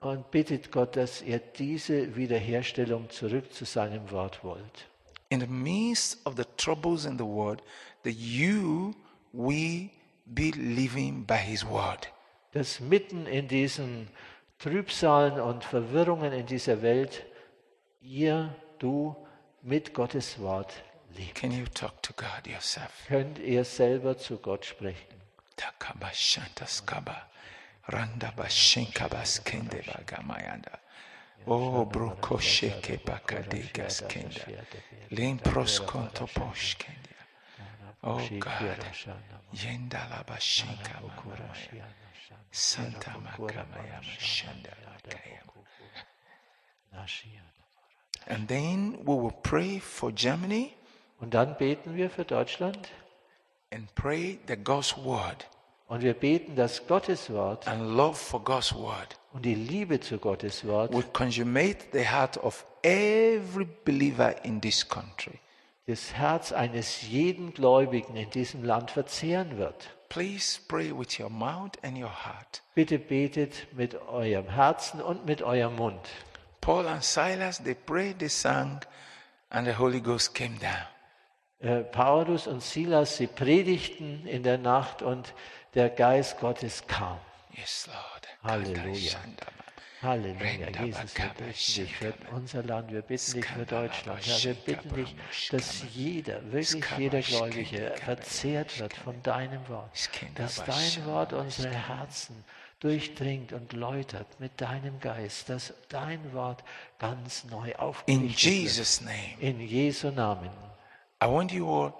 und bittet Gott, dass ihr diese Wiederherstellung zurück zu seinem Wort wollt. In the midst of the troubles in the world, that you will be living by His Word. Dass mitten in diesen Trübsalen und Verwirrungen in dieser Welt ihr, du mit Gottes Wort lebt. Can you talk to God yourself? Könnt ihr selber zu Gott sprechen. Takabashantaskaba, randabashinkabaskendebagamayanda. Oh, brokosheke bakadigaskenda, limproskontoposhkendia. Oh God, yendalabashinkamamaya, santamakamayamashanda. And then we will pray for Germany Und dann beten wir für Deutschland and pray that God's word und wir beten, dass Gottes Wort and love for God's word und die Liebe zu Gottes Wort will consummate the heart of every believer in this country. das Herz eines jeden Gläubigen in diesem Land verzehren wird. Please pray with your mouth and your heart. Bitte betet mit eurem Herzen und mit eurem Mund. Paul and Silas, they prayed, they sang, and the Holy Ghost came down. Äh, Paulus und Silas, sie predigten in der Nacht und der Geist Gottes kam. Yes, Lord. Halleluja. Halleluja, Jesus, wir bitten dich für unser Land, wir bitten dich für Deutschland, ja, wir bitten dich, dass jeder, wirklich jeder Gläubige verzehrt wird von deinem Wort, dass dein Wort unsere Herzen durchdringt und läutert mit deinem Geist, dass dein Wort ganz neu In aufgerichtet wird. Jesus' name. In Jesu Namen. I want you all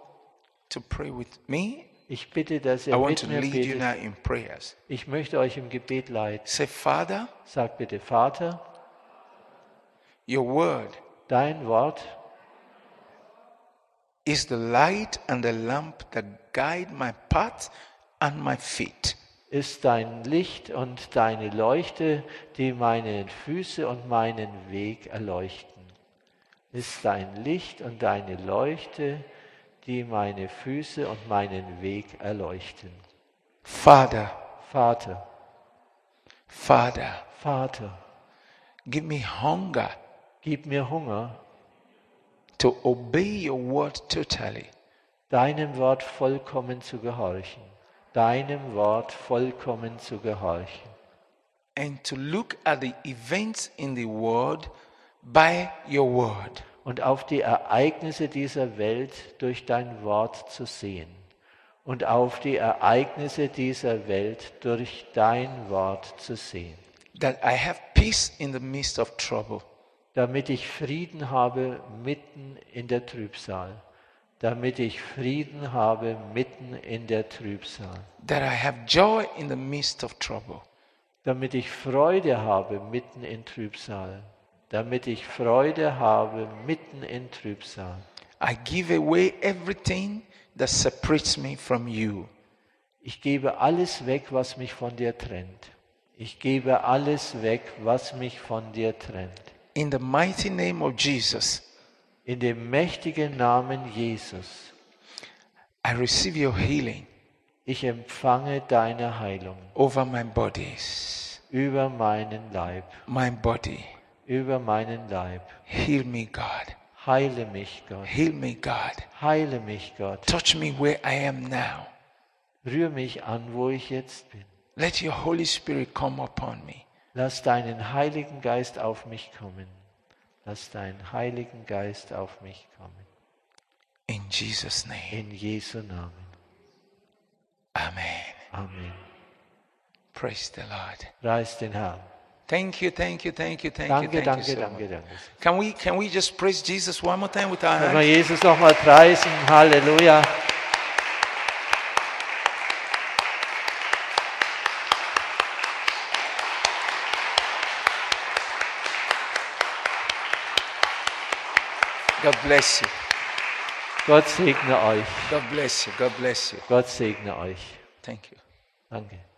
to pray with me. Ich bitte, dass I ihr want mit to mir lead you betet. now in prayers. Ich möchte euch im Gebet leiten. Say, Father, Sagt bitte, Vater, your word dein Wort is the light and the lamp that guide my path and my feet. ist dein Licht und deine Leuchte, die meine Füße und meinen Weg erleuchten. Ist dein Licht und deine Leuchte, die meine Füße und meinen Weg erleuchten. Father, Vater, Father, Vater, give me hunger gib mir Hunger, to obey your word totally. deinem Wort vollkommen zu gehorchen, deinem Wort vollkommen zu gehorchen and to look at the events in the world by your word. und auf die Ereignisse dieser Welt durch dein Wort zu sehen und auf die Ereignisse dieser Welt durch dein Wort zu sehen, That I have peace in the midst of trouble. damit ich Frieden habe mitten in der Trübsal, damit ich Frieden habe mitten in der Trübsal, That I have joy in the midst of trouble. damit ich Freude habe mitten in Trübsal, damit ich Freude habe mitten in Trübsal. I give away everything that separates me from you. Ich gebe alles weg, was mich von dir trennt. Ich gebe alles weg, was mich von dir trennt. In the mighty name of Jesus, In dem mächtigen Namen Jesus, I receive your healing ich empfange deine Heilung over my bodies. über meinen Leib, My body, über meinen Leib. heal me, God. Heile mich, Gott. Heal me, God. Heile mich, Gott. Touch me where I am now. Rühr mich an, wo ich jetzt bin. Let your Holy Spirit come upon me. Lass deinen Heiligen Geist auf mich kommen. Lass deinen Heiligen Geist auf mich kommen. In Jesus' name. In Jesu Namen. Amen. Amen. Praise the Lord. Preis den Herrn. Thank you, thank you, thank you, thank Danke, you. Thank you danke, so danke, much. danke. Can we can we just praise Jesus one more time with our Wenn wir hands? Jesus nochmal preisen, Halleluja. God bless you. Gott segne euch. God bless you. God bless you. Gott segne euch. Thank you. Danke.